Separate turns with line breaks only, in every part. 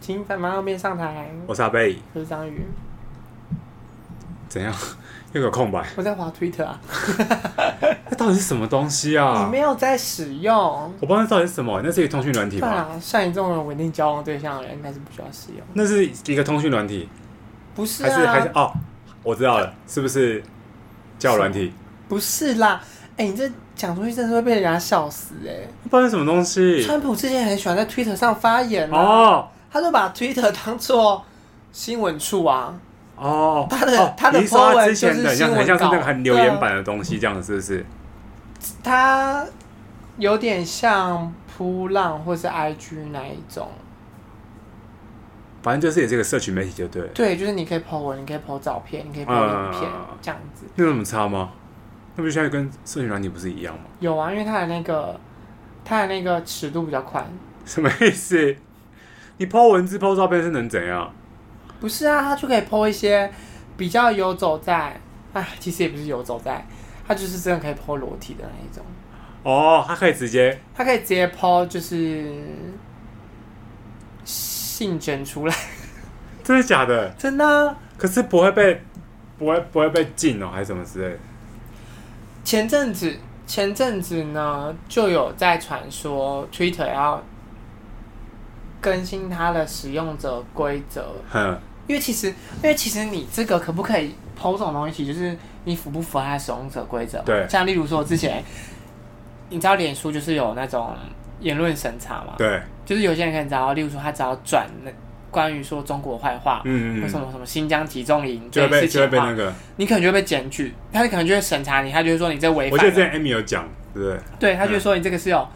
请在麻辣面上台。
我是阿贝，
我是章鱼，
怎样？ 又有空白？
我在滑 Twitter 啊，
那到底是什么东西
你
啊
没？有在使用。
我不知道那到底是什么，那是一个通讯软体
对
吧？
啊，像你这种有稳定交往对象的人，应该是不需要使用。
那是一个通讯软体，
不是
还是还是
啊，
哦？我知道了，是不是叫软体？
不是啦。哎、你这讲出去真的是会被人家笑死哎、
不知道是什么东西
川普之前很喜欢在 Twitter 上发言啊，
哦
他就把 Twitter 当做新闻处啊。
哦，
他的
哦
他的
你是说
po 文
之前
就
的
是
像
新闻
很像是那个
稿啊
很留言板的东西，这样是不是？
它有点像扑浪或是 IG 那一种，
反正就是也是个社群媒体就对了。
对，就是你可以 po 文，你可以 po 照片，你可以 po
嗯
影片，这样子。
那有什么差吗？那不就像跟社群软体不是一样吗？
有啊，因为它的那个它的那个尺度比较宽。
什么意思？你 po 文字 po 照片是能怎样？
不是啊，它就可以 po 一些比较游走在，哎，其实也不是游走在，它就是真的可以 po 裸体的那一种。
哦，他可以直接
它可以直接 po 就是性征出来，
真的假的？
真的啊、
可是不会被不会不会被禁哦，还是什么之类的？
前阵子，前阵子呢，就有在传说 Twitter 要更新它的使用者规则，
哼，
因为其实，因为其实你这个可不可以抛这种东西，就是你符不符合它的使用者规则嘛？
对
像例如说之前，你知道脸书就是有那种言论审查嘛，
对，
就是有些人可能只要，例如说他只要转那关于说中国坏话。
嗯嗯
或什
嗯，
么什么新疆集中营
就
这
会
件
被
事情
就会
的
被
话
那，个。
你可能就会被检举，他可能就会审查你，他就会说你这违
我
反
记
了。
得之前 Amy 有讲，对不对？
对他就说你这个是有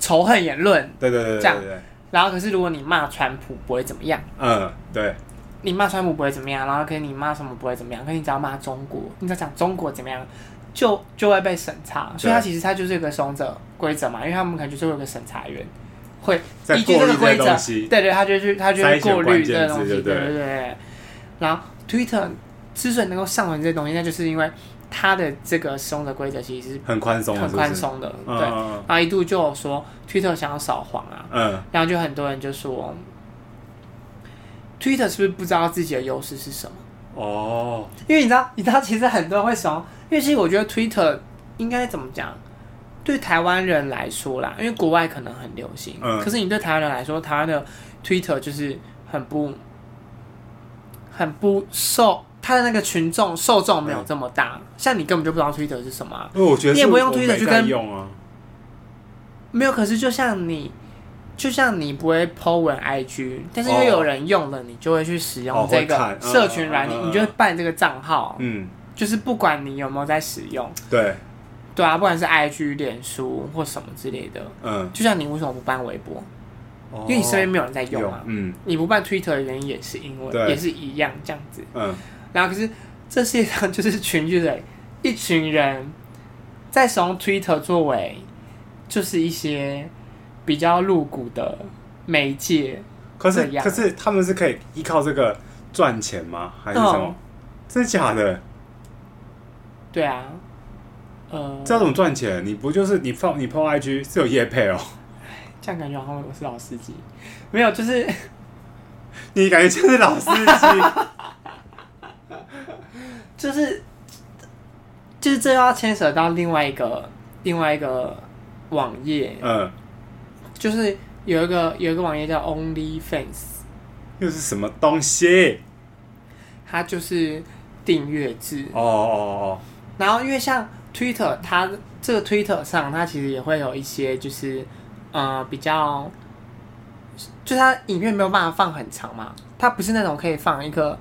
仇恨言论，
对对对对
这样
对对，
然后可是如果你骂川普不会怎么样，
嗯，对，
你骂川普不会怎么样，然后可是你骂什么不会怎么样，可是你只要骂中国，你只要讲中国怎么样，就就会被审查。所以他其实他就是有个使用者规则嘛，因为他们可能就是会有个审查员会
在
依据这
过
个
滤这些
规则
东，西
对对，他就去他就去
筛选
过滤
关
这
键
个
字
东西，对
就对
对对。然后 Twitter 之所以能够上传这些东西，那就是因为它的这个使用者规则其实
很宽松
是
的，
很
是不是
宽，松的，
嗯
对。
嗯
然后一度就有说 Twitter 想要扫黄啊，
嗯，
然后就很多人就说 Twitter 是不是不知道自己的优势是什么？
嗯哦，
因为你知道，你知道，其实很多人会使用，因为其实我觉得 Twitter 应该怎么讲，对台湾人来说啦，因为国外可能很流行，
嗯
可是你对台湾人来说，台湾的 Twitter 就是很不很不受它的那个群众受众没有这么大，像你根本就不知道 Twitter 是什么啊、
因为我觉得
你也
是
不用
我
Twitter
没
去
在
跟
用啊，
没有，可是就像你，就像你不会 po 文 IG，但是因为
哦
有人用了，你就会去使
哦
用
会
这个
看嗯
社群软体，
嗯嗯嗯
你就会办这个账号，
嗯，
就是不管你有没有在使用，
对，
对啊，不管是 IG、脸书或什么之类的。
嗯，
就像你为什么不办微博？
哦
因为你身边没有人在用啊。
嗯
你不办 Twitter 的原因也是因为
对
也是一样这样子。
嗯，
然后可是这世界上就是群聚的一群人，在使用 Twitter 作为就是一些比较露骨的媒介，
可是
这样
可是他们是可以依靠这个赚钱吗？还是什么
嗯？
真的假
哦
的？
对啊，呃，
这要怎么赚钱？你不就是你放你 PO IG 是有业配哦？
这样感觉好像我是老司机，没有，就是
你感觉就是老司 机
就是就是这要牵扯到另外一个另外一个网页，
嗯，
就是有一个有一个网页叫 OnlyFans，
又是什么东西？
它就是订阅制。
哦哦
然后因为像 Twitter，它这个 Twitter 上，它其实也会有一些就是呃比较，就它影片没有办法放很长嘛，它不是那种可以放一个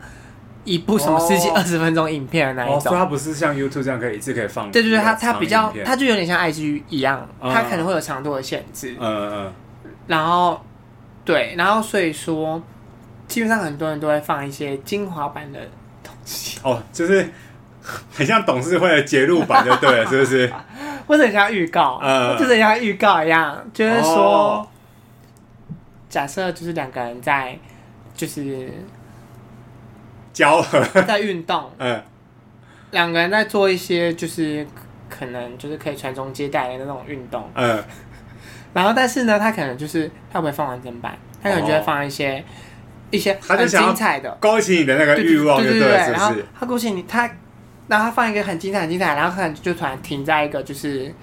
一部什么十几
哦
二十分钟影片的
哦
那
哦，
一
所以
种。
它不是像 YouTube 这样可以一次可以放
对对对，它
长
它比较
影，片
它就有点像 IG 一样，
嗯
它可能会有长度的限制。
嗯嗯
然后对，然后所以说，基本上很多人都会放一些精华版的东西
嗯，，哦，就是 很像董事会的揭露版就对了，是 不是？
或者很像预告，
嗯
就是很像预告一样，就
就是
说。
哦
假设就是两个人在 就是
交合，，
在运动
嗯
两个人在做一些就是可能就是可以传宗接代的那种运动，
嗯，
然后但是呢，他可能就是他不会放完整版，他可能就会
哦
放一些一些
他就
很
想要
精彩的
勾起你的那个
对
欲望，
对
就
对
了，是
然后
不是？
他过去你他，然后他放一个很精彩很精彩，然后可能就突然停在一个就是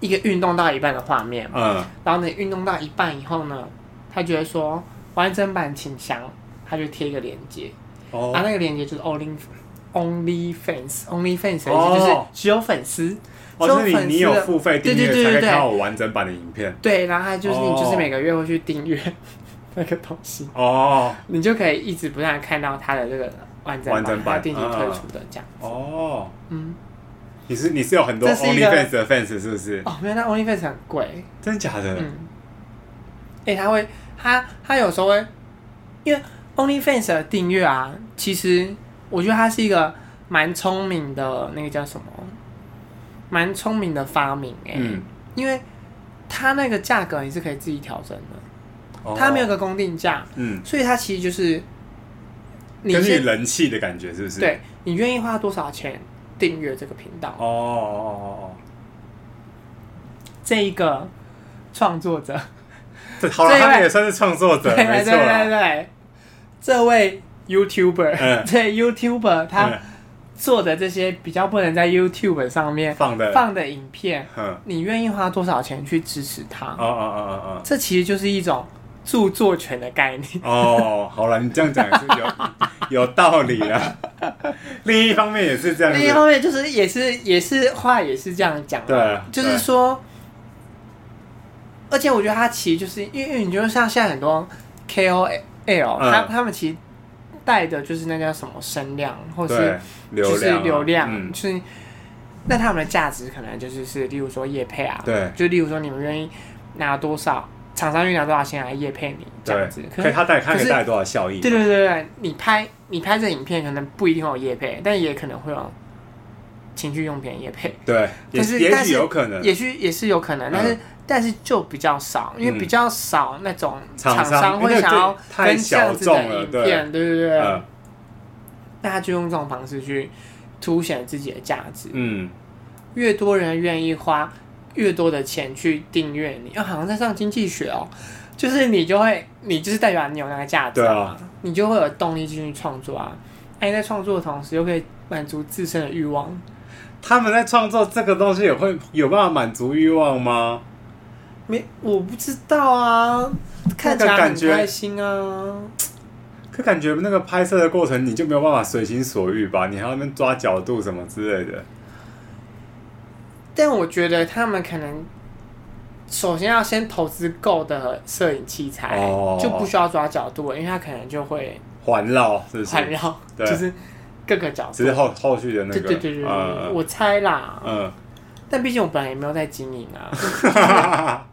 一个运动到一半的画面，
嗯，
然后你运动到一半以后呢，他就会说完整版请详，他就贴一个链接，
哦，
啊，那个链接就是 Only Only Fans Only Fans 的意
哦
思就是只有粉丝，
哦，
只有
就是
粉丝的
你你有付费订
对
阅
对对
才可
对
以
对
看到我完整版的影片
对，然后他就是你就是
哦
每个月会去订阅 那个东西，
哦
你就可以一直不断地看到他的这个完整
完整版嗯
它定期推出的这样，
哦，
嗯，
你是你是有很多
这是一个
OnlyFans 的 fans 是不是？
哦，没有，那 Only Fans 很贵，
真假的？
嗯，哎、他会，他他有时候会，因为 OnlyFans 的订阅啊，其实我觉得它是一个蛮聪明的，那个叫什么，蛮聪明的发明哎、
嗯，
因为它那个价格你是可以自己调整的，
哦
它没有个公定价，
嗯，
所以它其实就是你
根据
先
人气的感觉是不是？
对你愿意花多少钱订阅这个频道，
哦，哦哦
这一个创作者。
哦，这好了，
这一位
他们也算是创作者，
对
没错
对对
啦。
对，这位 YouTuber，、
嗯
这 YouTuber 他
嗯
做的这些比较不能在 YouTube 上面
放的，
放的影片，
嗯，
你愿意花多少钱去支持他？
哦哦哦
这其实就是一种著作权的概念。
哦哦，哦，好了，你这样讲也是有有道理 啦。另一方面也是这样
另一方
子，
面就是也是也是话也是这样讲
对
的，就是说，而且我觉得他其实就是因为因为你就像现在很多 KOL，、他
嗯
他们其实带的就是那叫什么声量，或是
对，流
就是
量啊，
流量，
嗯，
就是那他们的价值可能就是是，例如说业配啊，
对
就例如说你们愿意拿多少，厂商愿意拿多少钱来业配你这样
对
子，，
可以他带他
可
可以
是
带来多少效益？啊
对对对对，你拍你拍这影片可能不一定会有业配，但也可能会有情趣用品业配，
对，也
但是
也
但
许
是
有可能，
也许也是有可能，但是、但是就比较少，因为
嗯
比较少那种
厂商
商
因
会
为
想要
这太
跟这样子
小
的
众了
影片，对对对，
嗯
那他就用这种方式去凸显自己的价值，
嗯，
越多人愿意花越多的钱去订阅你，啊，好像在上经济学哦，就是你就会，你就是代表你有那个价值
对啊，
你就会有动力继续创作啊。那你在创作的同时，又可以满足自身的欲望。
他们在创作这个东西也会有办法满足欲望吗？
没，我不知道啊，看起来很开心啊。
可感觉那个拍摄的过程你就没有办法随心所欲吧？你还要那边抓角度什么之类的。
但我觉得他们可能首先要先投资够的摄影器材，
哦
就不需要抓角度了，因为他可能就会
环绕是不是？
环绕，
对
就是各个角度。
只是后后续的那个，
对对对对对，
嗯
我猜啦。
嗯，
但毕竟我本来也没有在经营啊，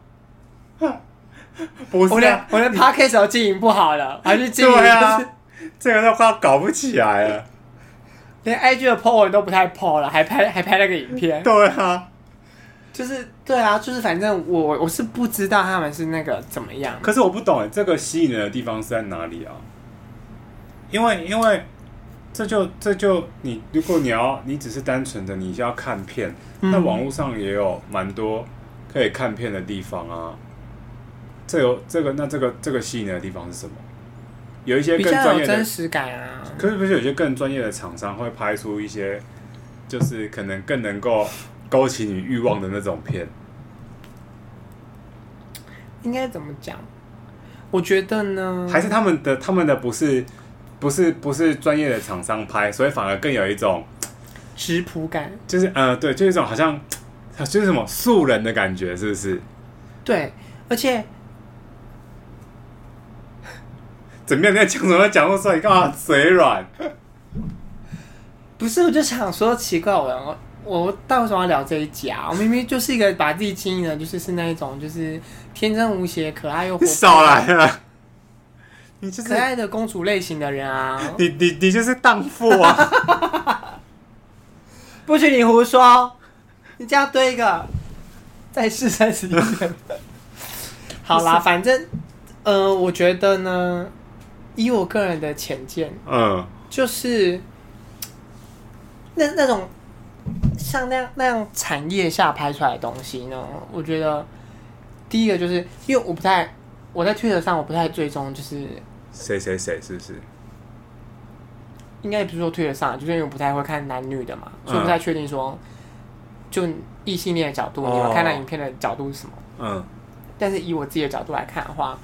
不
我
是
连
啊，
我连 podcast 都经营不好了，还是经营、
对啊
就是
这个的话搞不起来了。
连 IG 的 po 文都不太 po 了，还拍还拍那个影片，
对啊，
就是对啊，就是反正我我我是不知道他们是那个怎么样，
可是我不懂欸这个吸引人的地方是在哪里啊？因为因为这就这就你，如果你要你只是单纯的你要看片，
嗯
那网络上也有蛮多可以看片的地方啊。这有这个那这个这个吸引人的地方是什么？有一些
比
更
较
专
有
业的
真实感啊。
可是不是有些更专业的厂商会拍出一些，就是可能更能够勾起你欲望的那种片？
应该怎么讲？我觉得呢，
还是他们的他们的不是不是不是专业的厂商拍，所以反而更有一种
质朴感。
就是呃对，就是一种好像就是什么素人的感觉，是不是？
对，而且
怎么样？你在讲什么？讲不出来，你干
嗯
嘛嘴软？
不是，我就想说奇怪，我我我到底为什么要聊这一集啊？我明明就是一个把自己经营的，就是是那一种就是天真无邪、可爱又活
你
泼、
少来了，你就是
可爱的公主类型的人啊！
你你你就是荡妇 啊！
不许你胡说，你这样堆一个，再试三十一 人。好啦，反正，呃，我觉得呢，以我个人的浅见，
嗯，
就是那那种像那样那样产业下拍出来的东西呢，我觉得第一个就是因为我不太我在推特上我不太追踪就是
谁谁谁，是不是？
应该也不是说推得上，就是因为我不太会看男女的嘛，
嗯
所以不太确定说，就异性恋的角度，
哦
你们看那影片的角度是什么。
嗯
但是以我自己的角度来看的话，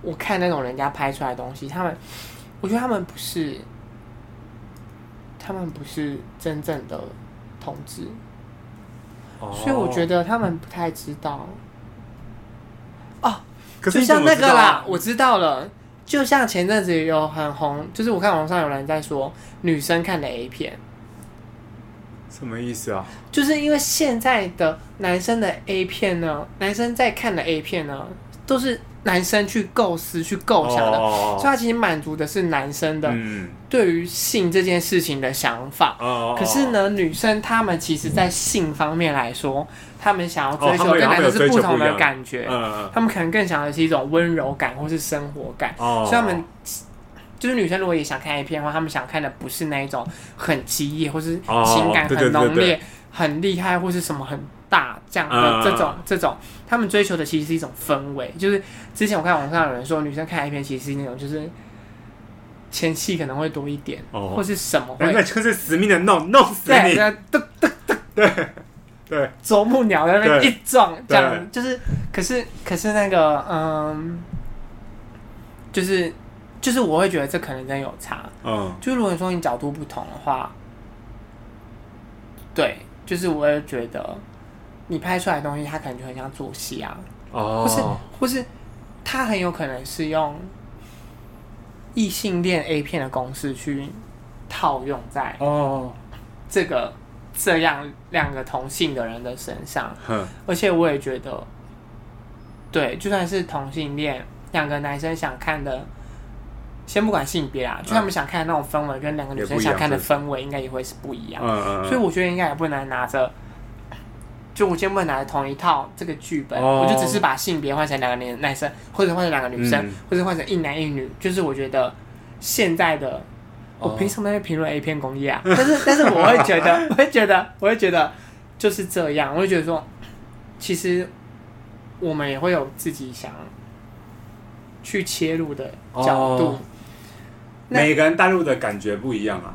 我看那种人家拍出来的东西，他们，我觉得他们不是，他们不是真正的同志，
哦
所以我觉，得他们不太知道。哦，
可是
就
你怎
像
么
那
知
个
道啊
啦，我知道了。就像前阵子有很红，就是我看网上有人在说女生看的 A 片，
什么意思啊？
就是因为现在的男生的 A 片呢，男生在看的 A 片呢，都是男生去构思、去构想的，
哦
所以他其实满足的是男生的
嗯，
对于性这件事情的想法。
哦，
可是呢，女生她们其实，在性方面来说，她们想要追
哦她
求
们
跟男
她们有
生是
追求
同
不一
的
样
感
嗯，
觉，
嗯嗯，
她们可能更想的是一种温柔感或是生活感。
哦，
所以他们就是女生如果也想看 A 片的话，她们想看的不是那一种很激烈，或是
哦
情感
对对
很浓烈、
对对
很厉害，或是什么很大这样
嗯
的这种、这种，他们追求的其实是一种氛围。就是之前我看网上有人说，女生看 A 片其实是那种就是前戏可能会多一点，
哦
或是什么
难怪
会
就是死命的弄弄死
对
你，
对对
对，
啄木鸟在那边
对
一撞，这
对
样就是，可是可是那个嗯，就是就是我会觉得这可能真有差。
嗯，
就如果说你角度不同的话，对，就是我也觉得你拍出来的东西，它可能就很像做戏啊，或是
哦，
或是它很有可能是用异性恋 A 片的公式去套用在
哦，
这个这样两个同性的人的身上，
哼，
而且我也觉得，对，就算是同性恋，两个男生想看的，先不管性别啊，就他们想看的那种氛围，跟两个女
也不
生
一样
想看的氛围，应该也会是不一
嗯
样。
嗯，
所以我觉得应该也不能拿着，就我今天不能拿着同一套这个剧本，
哦
我就只是把性别换成两个男男生，或者换成两个女生，
嗯
或者换成一男一女，就是我觉得现在的。我
哦
凭什么在评论 A 片工业 啊？但是，但是我会觉得， 我会觉得，我会觉得就是这样。我会觉得说，其实我们也会有自己想去切入的角度。
哦
那
每个人带入的感觉不一样啊，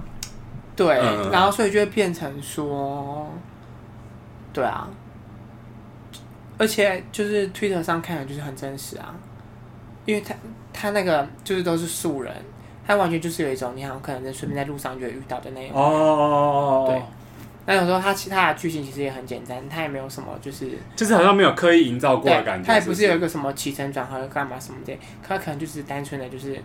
对，
嗯嗯
然后所以就会变成说，对啊，而且就是 Twitter 上看的就是很真实啊，因为他他那个就是都是素人，他完全就是有一种你好像可能在随便在路上就会遇到的那种。
哦，
对，那有时候他其他的剧情其实也很简单，他也没有什么就是，
就是好像没有刻意营造过的
对
感，觉，
他也不
是
是有一个什么起承转合干嘛什么的，可他可能就只是单纯的就是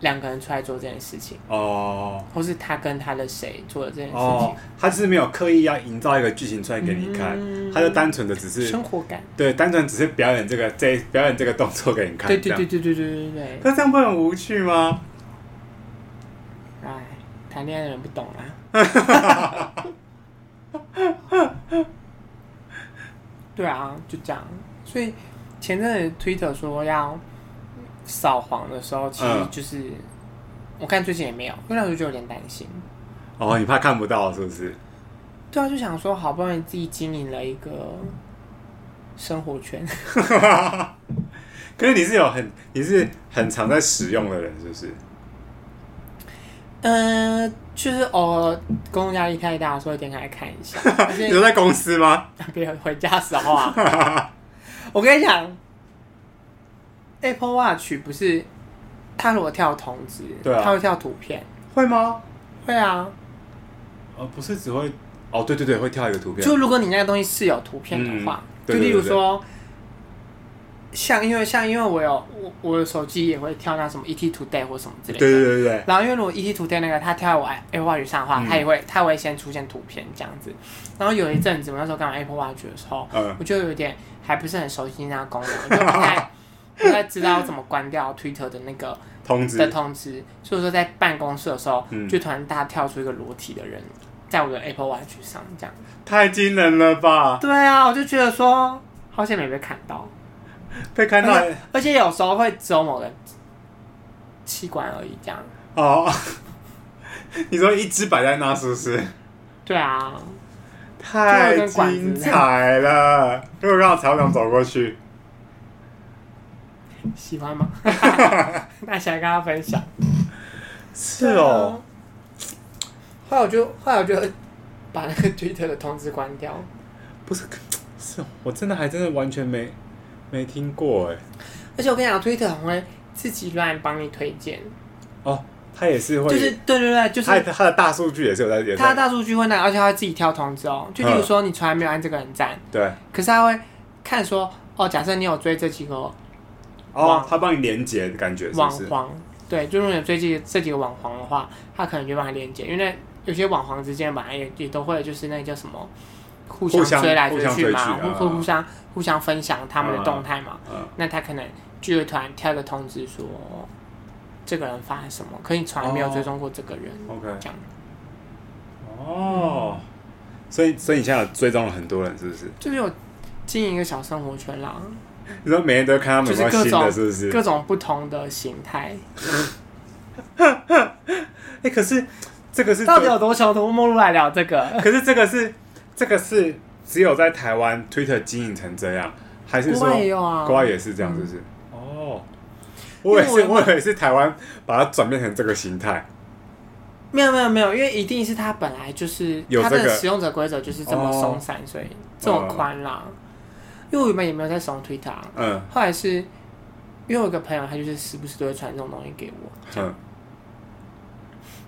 两个人出来做这件事情，
哦
或是他跟他的谁做了这件事情。
哦，他就是没有刻意要营造一个剧情出来给你看，
嗯
他就单纯的只是
生活感。
对，单纯只是表演这个这表演这个动作给你看，
对对
这样
对，对对对对对对。
那这样不很无趣吗？
哎，谈恋爱的人不懂啊。对啊，就这样。所以前阵子 Twitter 说要扫黄的时候，其实
嗯
就是、我看最近也没有，因为那时候就有点担心。
哦，你怕看不到是不是？
对啊，就想说好不容易自己经营了一个生活圈，
可是你是有很你是很常在使用的人是不是？
嗯、就是偶尔工作压力太大的时候，会点开来看一下。而且
你都在公司吗？
别人回家的时候啊，我跟你讲，Apple Watch 不是它如果跳通知，
对啊
它会跳图片，
会吗？
会啊。
呃，不是只会哦，对对对，会跳一个图片，
就如果你那个东西是有图片的话，
嗯对对
就例如
对对
说，像因为像因为我有我我的手机也会跳那什么 ET Today 或什么之类
对
的。
对对对
然后因为如果 ET Today 那个它跳在我 Apple Watch 上的话，
嗯
它也会它会先出现图片这样子。然后有一阵子我那时候刚买 Apple Watch 的时候，
嗯
我就有点还不是很熟悉那个功能， 我就不太不太知道怎么关掉 Twitter 的那个
通知
的通知，所以说在办公室的时候，
嗯
就突然大跳出一个裸体的人在我的 Apple Watch 上这样。
太惊人了吧？
对啊，我就觉得说好险没被看到，
被看
而
到
且而且有时候会只有某个器官而已这样。
哦， 你说一只摆在那是不是？
对啊，
太精彩了！如果让曹勇走过去，
喜欢 吗？那想跟大家分享。
是哦，
后来我就后来我就把那个 Twitter 的通知关掉。啊
不是，是哦我真的还真的完全没没听过哎。
而且我跟你讲，Twitter 很会自己乱帮你推荐，
哦，他也是会，
就是对对对，就
他
是
他的大数据也是有在也是
它的
在
大数据会那，而且它会自己跳通知哦。就
嗯
例如说，你从来没有按这个人赞，
对
可是它会看说，哦，假设你有追这几个
哦
网，
他帮你连接的感觉是
网
不是？
黄，对，就如果你有追这这几个网黄的话，它可能就帮你连接，因为那有些网黄之间本来也也都会就是那个叫什么。互
互相
追来
互
追
相
去
追
嘛，
剧
互
啊
互互相互相分享他们的
啊
动态嘛。
嗯，
那他可能就会突然跳一个通知说，这个人发了什么，可你从来没有
哦
追踪过这个人，
OK
这样
哦，所以所以你现在有追踪了很多人是不是？
就是有经营一个小生活圈啦，
你说每天都会看他们有没有
就是各
新
种
的，是不是？
各种不同的形态，
哎、可是这个是
到底有多穷途末路来聊这个？
可是这个是这个是只有在台湾 Twitter 经营成这样，还是说
国外也有啊嗯
国外也是这样，是不是？哦，我
为
也是，
我
我以为是台湾把它转变成这个形态。
没有没有没有，因为一定是他本来就是
有
他
这个哦
的使用者规则就是这么松散，所以这么宽啦。因为我原本也没有在使用 Twitter，啊
嗯
后来是因为我有个朋友，他就是时不时都会传这种东西给我，
哼，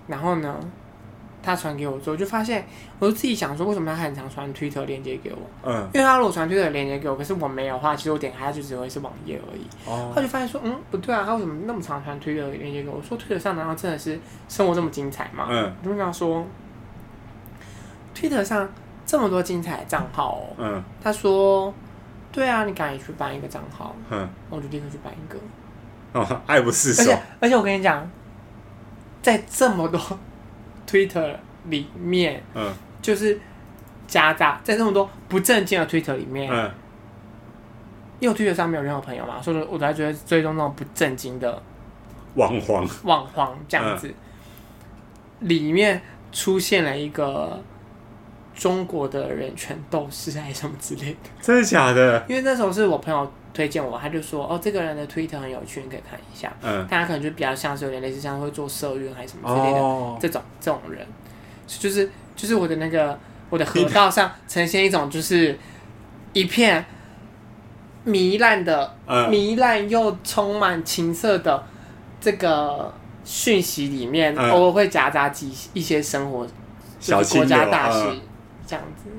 然后呢，他传给我之后，我就发现，我就自己想说，为什么他很常传 Twitter 链接给我？
嗯，
因为他如果传 Twitter 链接给我，可是我没有的话，其实我点开它就只会是网页而已。后来
哦，
就发现说，嗯，不对啊，他为什么那么常传 Twitter 链接给我？我说 Twitter 上难道真的是生活这么精彩吗？
嗯
我就跟他说，Twitter 上这么多精彩的账号哦。
嗯
他说，对啊，你赶紧去办一个账号，
哼，
我就立刻去办一个。
哦，爱不释
而
手
且，而且我跟你讲，在这么多 Twitter 里面，
嗯
就是夹杂在这么多不正经的 Twitter 里面，
嗯，
因为我 Twitter 上没有任何朋友嘛，所以我才觉得追踪那种不正经的
网黄，
网黄这样子，里面出现了一个。中国的人权斗士还是什么之类的，
真的假的？
因为那时候是我朋友推荐我，他就说哦，这个人的 Twitter 很有趣，你可以看一下。
嗯，
但他可能就比较像是有点类似像会做社运还是什么之类的、
哦，
这种这种人，就是就是我的那个我的河道上呈现一种就是一片糜烂的、
嗯
糜烂又充满情色的这个讯息里面，
嗯
偶尔会夹杂几一些生活就
小
是国
清
家
流，
大事、
嗯，
这样子。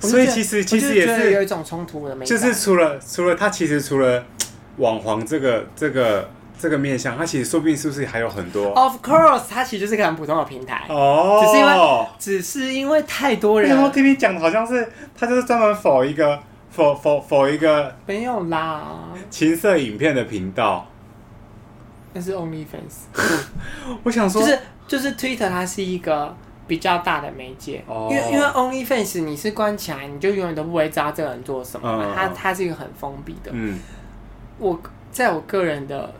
我就
所以
觉得
其实
我
其
就
实也
觉得
是
有一种冲突的美
就
感，
是除了除了他其实除了网黄这个这个这个面向，他其实说不定是不是还有很多
of course，它其实就是一个很普通的平台，
哦，
只是因为只是因为太多
为什么
人
T P 讲的好像是他就是专门否一个否否否一个
没有啦，
情色影片的频道，
那是 OnlyFans，
我想说，
就是就是 Twitter 它是一个比较大的媒介，
哦
因为因为 OnlyFans 你是关起来，你就永远都不会知道这个人做什么嘛
嗯，
它它是一个很封闭的。
嗯
我在我个人的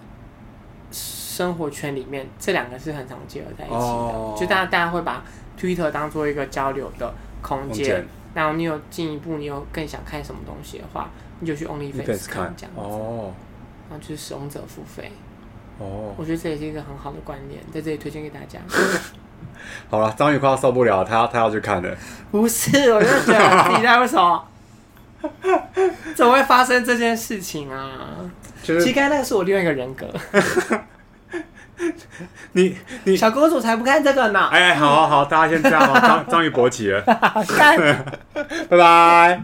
生活圈里面，这两个是很常结合在一起
哦
的，就大家大家会把 Twitter 当做一个交流的空
空间
间，然后你有进一步，你有更想看什么东西的话，你就去
你粉
OnlyFans
丝看
这样子，
哦
然后就是使用者付费。
哦，
我觉得这也是一个很好的观念，在这里推荐给大 家。
好了，张宇快要受不了，他要他要去看了，
不是，我就觉得自己在为什么，怎么会发生这件事情啊？
就
其实
是
刚才那个是我另外一个人格，
你你哎
小公主才不看这个呢。
哎，好好好，大家先这样哦，张张宇勃起了，
干。
拜拜。